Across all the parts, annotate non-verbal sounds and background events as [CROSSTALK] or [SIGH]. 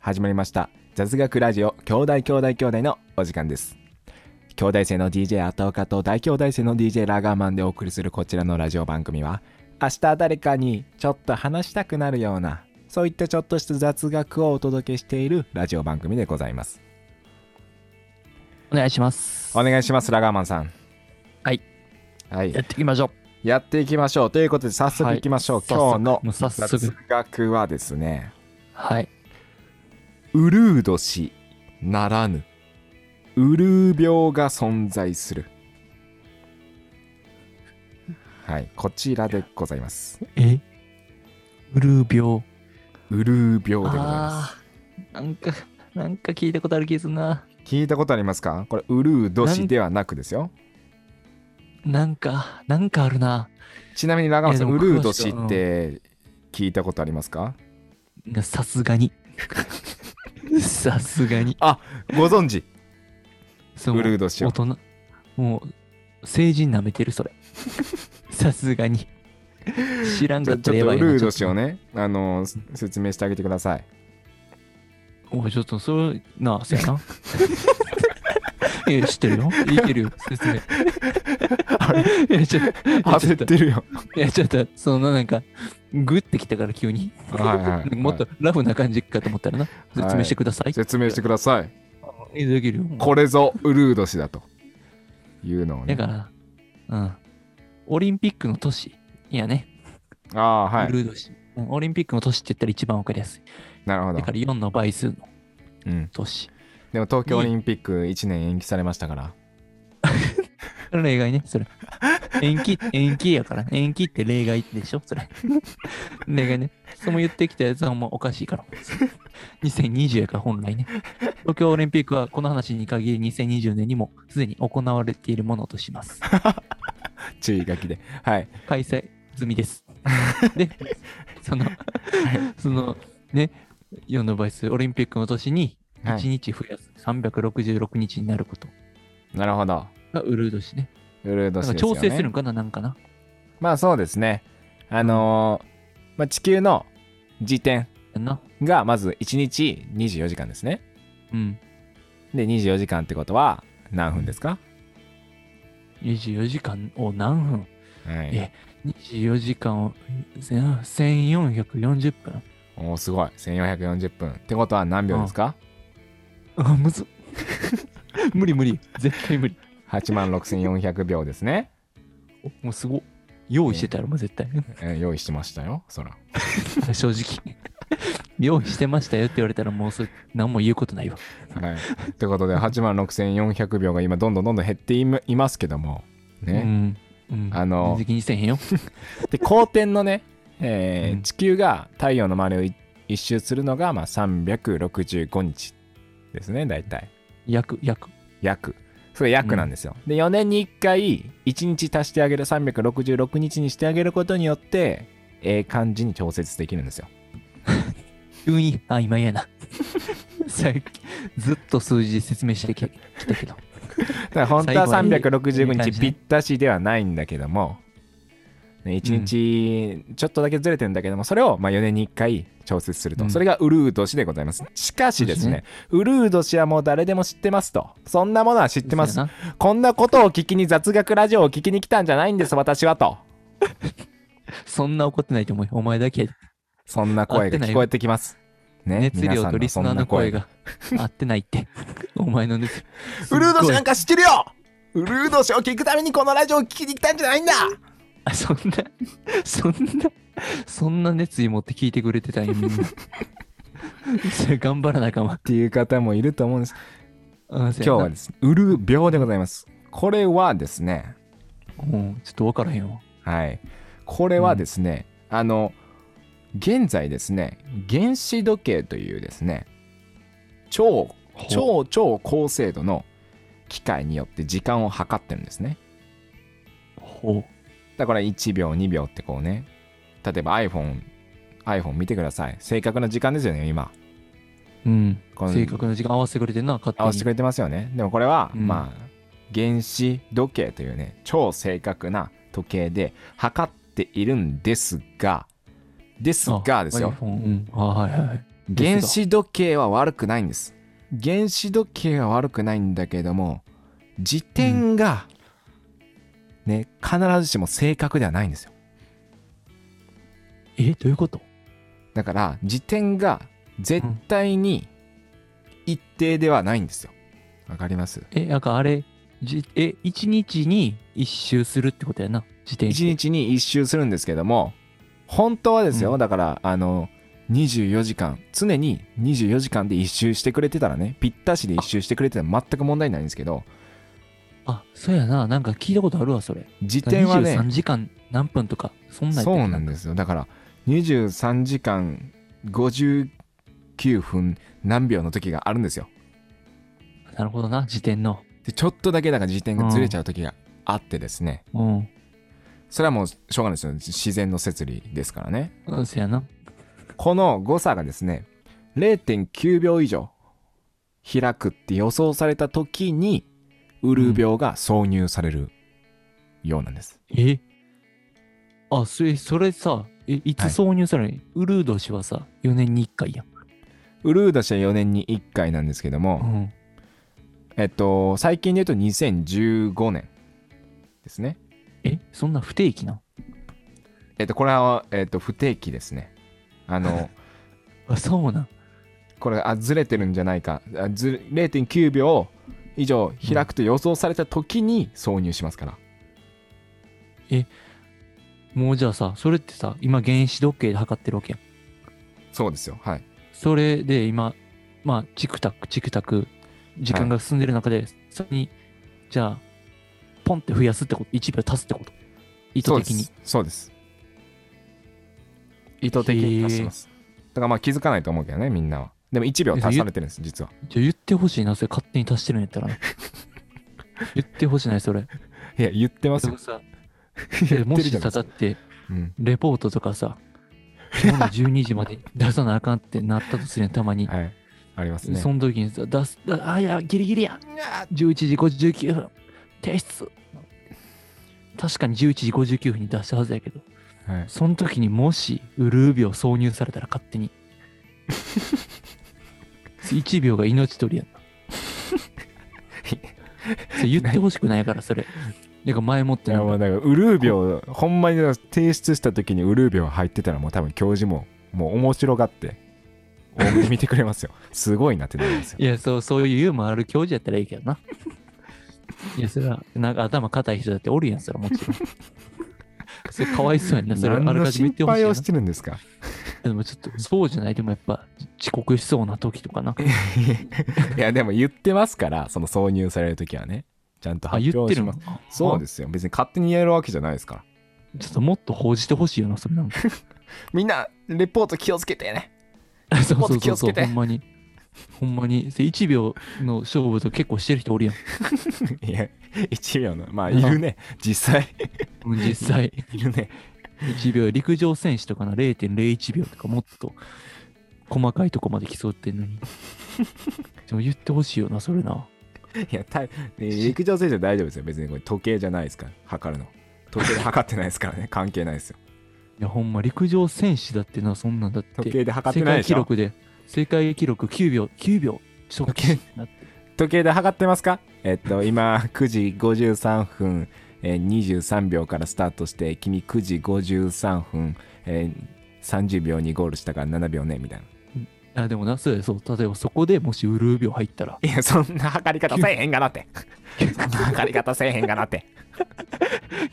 始まりました雑学ラジオ兄弟兄弟兄弟のお時間です兄弟生の DJ アタオカと大兄弟生の DJ ラガーマンでお送りするこちらのラジオ番組は明日誰かにちょっと話したくなるようなそういったちょっとした雑学をお届けしているラジオ番組でございますお願いします。お願いしますラガーマンさんはいはいやっていきましょう。やっていきましょうということで早速いきましょう、はい今日のもう早速雑学はですねはい。ウルード氏ならぬウルー病が存在するはいこちらでございますえウルー病。ウルー病でございますあーなんか、なんか聞いたことある気がするな。聞いたことありますかこれウルード氏ではなくですよなんか、なんかあるな。ちなみにラガマさんいやウでもルード氏って聞いたことありますかさすがに。さすがに。ご存知そウのルード氏大を人。もう、成人舐めて [LAUGHS] る、それ。さすがに。知らんじかゃっあちたょっらやとばウいな。ルード氏をね。ねあの説明してあげてください [LAUGHS] おい、ちょっと、それ、なあ、せやな。 [LAUGHS] いや、知ってるよ。いけるよ、説明。いや、ちょっと、いやちょっ焦とっ、てる [LAUGHS] よいや、ちょっと、そのなんか、グってきたから急に。はい [LAUGHS] はいはいもっとラフな感じかと思ったらな。はい説明してください。説明してくださいえできるよ。これぞウルード氏だというのをだねから、うん。オリンピックの都市。いやね、ああはいウルード市。うんオリンピックの都市って言ったら一番わかりやすい。なるほどだから4の倍数のうん、都市。でも東京オリンピック1年延期されましたから例外ね、それ。延期、延期やから。延期って例外でしょ、それ。例外ね。その言ってきたやつはもうおかしいから。2020やから、本来ね。東京オリンピックはこの話に限り2020年にもすでに行われているものとします。注意書きではい開催済みです。で、その、その、ね、4の倍数、オリンピックの年には1い日増やす、366日になることなるほどがウルード氏ね。ウルードなん氏かですよ、調ね、整するんかな、なんかな。まあそうですねあのーまあ、地球の時点やんな。がまず1日24時間ですねうん。で24時間ってことは何分ですか、 24時間を何分はいえ、?24 時間をせん1440分。おおすごい1440分ってことは何秒ですか、あ、むずっ。 [LAUGHS] 無理無理。絶対無理。 8万6400秒ですね、おもうすごっ。用意してたらもう絶対。えー用意してましたよそら [LAUGHS] 正直。 [LAUGHS] 用意してましたよって言われたらもうそれ何も言うことないわ。はい、ということで8万6400秒が今どんどんどんどん減っていまいますけども、ねうん。うん、あの全然気にせえへんよ。で公転のね、えーうん地球が太陽の周りをい一周するのが、まあ、365日ですね大体約、約。約それ約なんですよ、で4年に1回1日足してあげる366日にしてあげることによってええ感じに調節できるんですよ急に、あ、今やな。 [LAUGHS] 最近ずっと数字で説明してききた [LAUGHS] けど。だから本当は最後に365いい感日じぴねったしではないんだけども、ね、1日ちょっとだけずれてるんだけども、それをまあ4年に1回調節すると、うんそれがウルード氏でございますしかしですねでウルード氏はもう誰でも知ってますとそんなものは知ってますそうやな。こんなことを聞きに雑学ラジオを聞きに来たんじゃないんです私はとそんな怒ってないと思うよ。お前だけやでそんな声が聞こえてきますね熱皆量さんとリスナーそんなの声が合ってないって。 [LAUGHS] お前の熱量。ウルード氏なんかか知ってるよウルード氏を聞くためにこのラジオを聞きに来たんじゃないんだそんな、そんな、そんな熱意持って聞いてくれてたんよ、みんな。それ [LAUGHS] 頑張らなあかんわ。っていう方もいると思うんです今今日はですね、うる病でございます。これはですね、うん、ちょっとわからへんわ。はい。これはですね、あの、現在ですね、原子時計というですね、超、う超、超高精度の機械によって時間を測ってるんですね。ほだから1秒、2秒ってこうね、例えば iPhone、iPhone 見てください。正確な時間ですよね、今。う。うん。この正確な時間合わせてくれてんな、勝手合に。わせてくれてますよね。でもこれは、うんまあ、原子時計というね、超正確な時計で測っているんですが、ですがですよ。 iPhone うん、あはいはいはい。原子時計は悪くないんです原子時計は悪くないんだけども時点が、ね必ずしも正確ではないんですよえ、どういうことだから時点が絶対に一定ではないんですよわかりますえ、なんかあれ、じえ、一日に一周するってことやな。自転1車。日に1周するんですけども本当はですよ、うんだからあの24時間常に24時間で1周してくれてたらねぴったしで1周してくれてたら全く問題ないんですけどあ、そうやな。なんか聞いたことあるわ、それ。時点はね23時間何分とか、そんなんやったそっけうなんですよだから23時間59分何秒の時があるんですよなるほどな、自転の。でちょっとだけだから時点がずれちゃう時があってですね、うん。それはもうしょうがないですよ自然の摂理ですからねうん、そうやな。この誤差がですね0.9秒以上開くって予想された時にウル秒が挿入されるようなんです、えあ、それ、それさ、え、いつはい挿入される、ウルード氏はさ、4年に1回やん。ウルーダ氏は4年に1回なんですけどうも、ん。えっと最近で言うと2015年ですねえ、そんな不定期な。えっとこれは、えっと、不定期ですねあの [LAUGHS] あ、そうなん。これあずれてるんじゃないかあずれ0.9秒以上開くと予想された時に挿入しますから、もうじゃあさ、それってさ、今原子時計で測ってるわけやん。そうですよはいそれで今、まあ、チクタク、チクタク、時間が進んでる中で、それに、じゃあ、ポンって増やすってこと、1秒足すってこと。意図的に。そうです意図的に足しますだからまあ気づかないと思うけどねみんなはでも1秒足されてるんです実はじゃあ言ってほしいな、それ勝手に足してるんやっ [LAUGHS] たらな。言ってほしない、それ。いや言ってますでよもさ、言っもてるしじゃないさ、ですかだって、うんレポートとかさ、今日の12時まで出さなあかんってなったとするやん、たまに。はいありますねその時にさ、出す、あ、あいや、ギリギリや。11時59分、提出。確かに11時59分に出したはずやけど、はいその時にもし、ウルー秒挿入されたら勝 [LAUGHS] 手に。1秒が命取り [LAUGHS] やんな。それ言ってほしくないから、それ。なんか前もっいてなやんまかあだからウルー秒ほんまに提出した時にウルー秒入ってたらもう多分教授ももう面白が [LAUGHS] って大目に見てくれますよすごいなってなりますよいや、そう、そういうユーモアある教授やったらいいけどな。いや、それは、なんか頭固い人だっておるやん、それはもちろん。 [LAUGHS] それかわいそうやんな、それは何あらのかじめ心言ってほしい配よをなしてるんですかでもちょっと、そうじゃない、でもやっぱ、遅刻しそうな時とかな。いやでも言ってますからその挿入される時はねちゃんとあ、発言っ表てしるまのすそうですよ別に勝手にやるわけじゃないですからあちょっともっと報じてほしいよな、それなんか。みんな、レポート気をつけてね。そうもっそとう気そをうつそう、けてほんまに。ほんまに。それ1秒の勝負と結構してる人 [LAUGHS] おるやん。 [LAUGHS] いや、1秒の、まあ、いるね。実際、うん実際、 [LAUGHS] いるね。 1秒、陸上選手とかな、0.01秒とか、もっと細かいとこまで競ってん [LAUGHS] のに。でも言ってほしいよな、それな。いや、た陸上選手は大丈夫ですよ。別にこれ時計じゃないですから、測るの。時計で測ってないですからね、 [LAUGHS] 関係ないですよ。いや、ほんま、陸上選手だってな、そんなんだって。時計で測っ世てないで界記しょ。録で、世界記録9秒、9秒、ちょっ [LAUGHS] と時計なって時計で測ってますかえっと、今、9時53分、えー23秒からスタートして、君9時53分、えー30秒にゴールしたから7秒ね、みたいな。あでもな、そうや、そう。例えばそこでもしウルー秒入ったら、いや、そんな測り方せえへんがなって。そんな測り方せえへんがなって。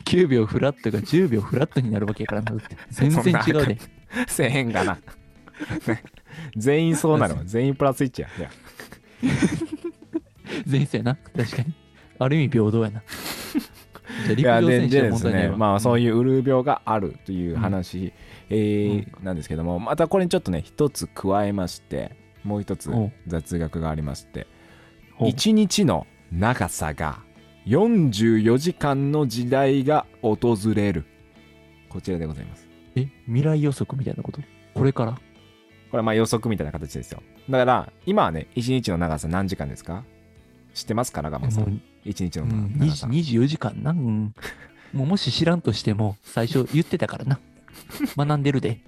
9秒フラットが10秒フラットになるわけやからな。[LAUGHS] だって全然違うで。せえへんがな。 [LAUGHS] 全員そうなの。全員プラス1や。いや全然やな。確かに。ある意味平等 [LAUGHS] やな。いじゃやあ陸上で選手でので問す題ね、まあそういいううるう病があるという話、えーなんですけども、またこれにちょっとね、一つ加えまして、もう一つおう雑学がありまして、うん。 1日の長さが44時間の時代が訪れる。こちらでございます。え、未来予測みたいなことこれからこれはまあ予測みたいな形ですよ。だから、今はね、1日の長さ何時間ですか知ってますかラガマンさ。もうん1日のうん長さ。 20 24時間な、うんもうもし知らんとしても最初言ってたからな学んでるで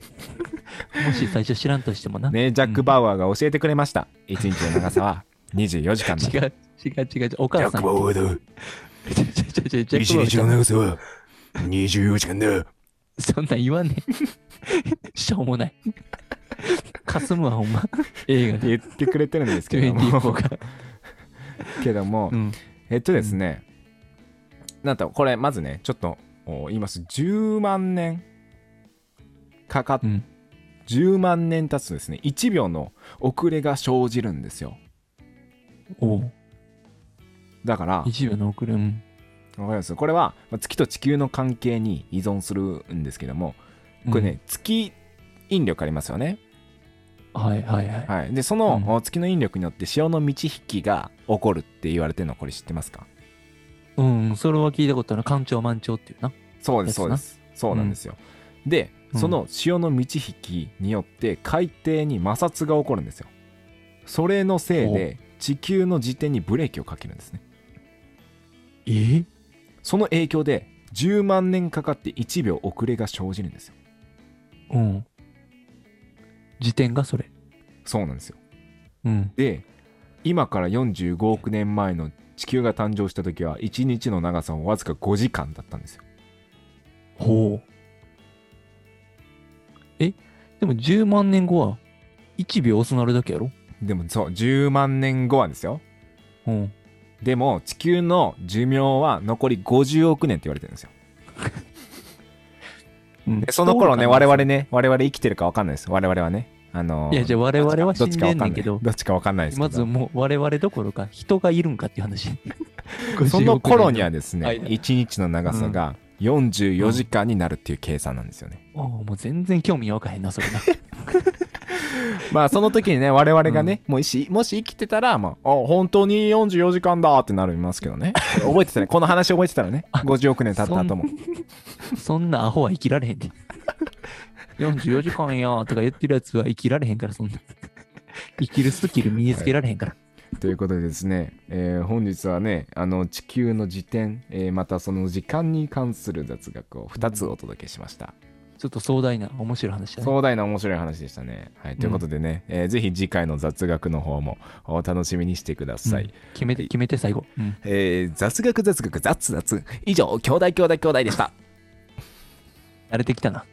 [LAUGHS] もし最初知らんとしてもな。ねジャック・バウアーが教えてくれました一日の長さ [LAUGHS] は24時間だ違う違う違う違う。お母さアん。ー違う違う違うジャックバウアー長さは24時間だ。そんなん [LAUGHS] 言わねえ。しょうもない。かすむわ、ほ [LAUGHS] んま。映画ってで。言ってくれてるんですけど24もが。 [LAUGHS] けども、うん。えっとですね、なんとこれまずねちょっとお言います10万年かかっ、うん10万年経つとですね1秒の遅れが生じるんですよおう。だからわか一秒の遅れ。うん。りますこれはまあ月と地球の関係に依存するんですけどもこれね、月引力ありますよね、うん。はいはいはい。はい、でそうんのお月の引力によって潮の満ち引きが起こるって言われてるのこれ知ってますかうん、それは聞いたことある。干潮満潮っていうな。そうですやそうでつなすそうなんですよ、でうんその潮の満ち引きによって海底に摩擦が起こるんですよそれのせいで地球の自転にブレーキをかけるんですねえその影響で10万年かかって1秒遅れが生じるんですようん。時点がそれ。そうなんですようん。で今から45億年前の地球が誕生した時は1日の長さはわずか5時間だったんですよほう。えでも10万年後は1秒遅なるだけやろでもそう10万年後はですようん。でも地球の寿命は残り50億年って言われてるんですようんでその頃ね、我。どうか々ね、我々生きてるか分かんないです。我々はね。あのないや、じゃあ我々は死どんっちかで分んかねんなんけい。ど、どっちか分かんないですけまずど。もう我々どころか人がいるんかっていう話。 [LAUGHS] その頃にはですね、はいはい1日の長さが44時間になるっていう計算なんですよね。おうもう全然興味わかへんな、それな。まあその時にね、我々がね、もうしもし生きてたら、まあ、あ本当に44時間だってなりますけ [LAUGHS] どね。覚えてたね。この話覚えてたらね、50億年経った後も。そんなアホは生きられへんで。44時間やーとか言ってるやつは生きられへんから、そんな。生きるスキル身につけられへんから。ということでですね、えー本日はねあの地球の時点、えーまたその時間に関する雑学を2つお届けしました、ちょっと壮大な、面白い話だね。壮大な面白い話でしたね、はい、ということでね、えーぜひ次回の雑学の方もお楽しみにしてください、うん決めて、決めて最後。うんえー雑学雑学雑雑以上兄弟兄弟兄弟でした慣れてきたな。